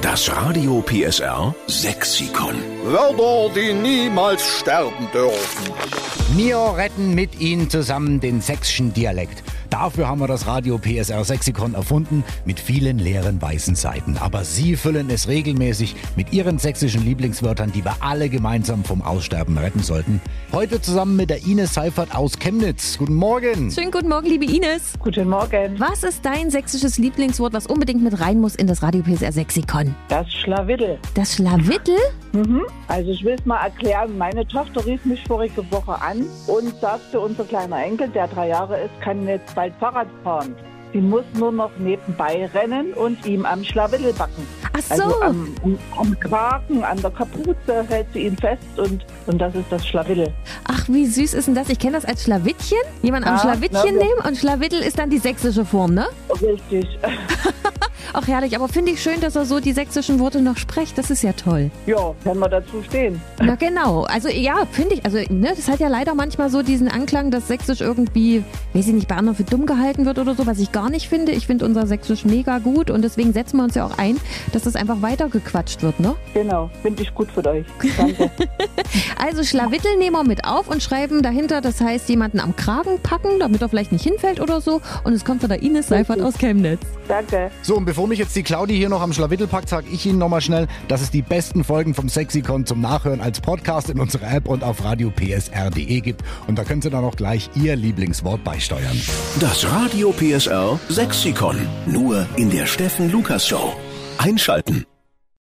Das Radio PSR Sexikon. Wörter, die niemals sterben dürfen. Wir retten mit Ihnen zusammen den sächsischen Dialekt. Dafür haben wir das Radio PSR Sexikon erfunden mit vielen leeren weißen Seiten. Aber Sie füllen es regelmäßig mit Ihren sächsischen Lieblingswörtern, die wir alle gemeinsam vom Aussterben retten sollten. Heute zusammen mit der Ines Seifert aus Chemnitz. Guten Morgen. Schönen guten Morgen, liebe Ines. Guten Morgen. Was ist dein sächsisches Lieblingswort, was unbedingt mit rein muss in das Radio PSR Sexikon? Das Schlawittel. Das Schlawittel? Also ich will es mal erklären. Meine Tochter rief mich vorige Woche an und sagte, unser kleiner Enkel, der drei Jahre ist, kann jetzt bald Fahrrad fahren. Sie muss nur noch nebenbei rennen und ihm am Schlawittel backen. Ach so. Also am, am, am Quaken, an der Kapuze hält sie ihn fest und, und das ist das Schlawittel. Ach, wie süß ist denn das? Ich kenne das als Schlawittchen. Jemand am Ah, Schlawittchen na, ja. nehmen und Schlawittel ist dann die sächsische Form, ne? Richtig. Ach, herrlich. Aber finde ich schön, dass er so die sächsischen Worte noch spricht. Das ist ja toll. Ja, wenn wir dazu stehen. Na genau. Also ja, finde ich. Also ne, das hat ja leider manchmal so diesen Anklang, dass sächsisch irgendwie, weiß ich nicht, bei anderen für dumm gehalten wird oder so, was ich gar nicht finde. Ich finde unser sächsisch mega gut und deswegen setzen wir uns ja auch ein, dass das einfach weitergequatscht wird, ne? Genau, finde ich gut für euch. Danke. Also Schlawittel nehmen wir mit auf und schreiben dahinter, das heißt jemanden am Kragen packen, damit er vielleicht nicht hinfällt oder so. Und es kommt von der Ines Seifert aus Chemnitz. Danke. So, und bevor mich jetzt die Claudi hier noch am Schlawittel packt, sage ich Ihnen nochmal schnell, dass es die besten Folgen vom Sexikon zum Nachhören als Podcast in unserer App und auf radiopsr.de e gibt. Und da können Sie dann auch gleich Ihr Lieblingswort beisteuern. Das Radio PSR Sexikon. Nur in der Steffen Lukas Show. Einschalten.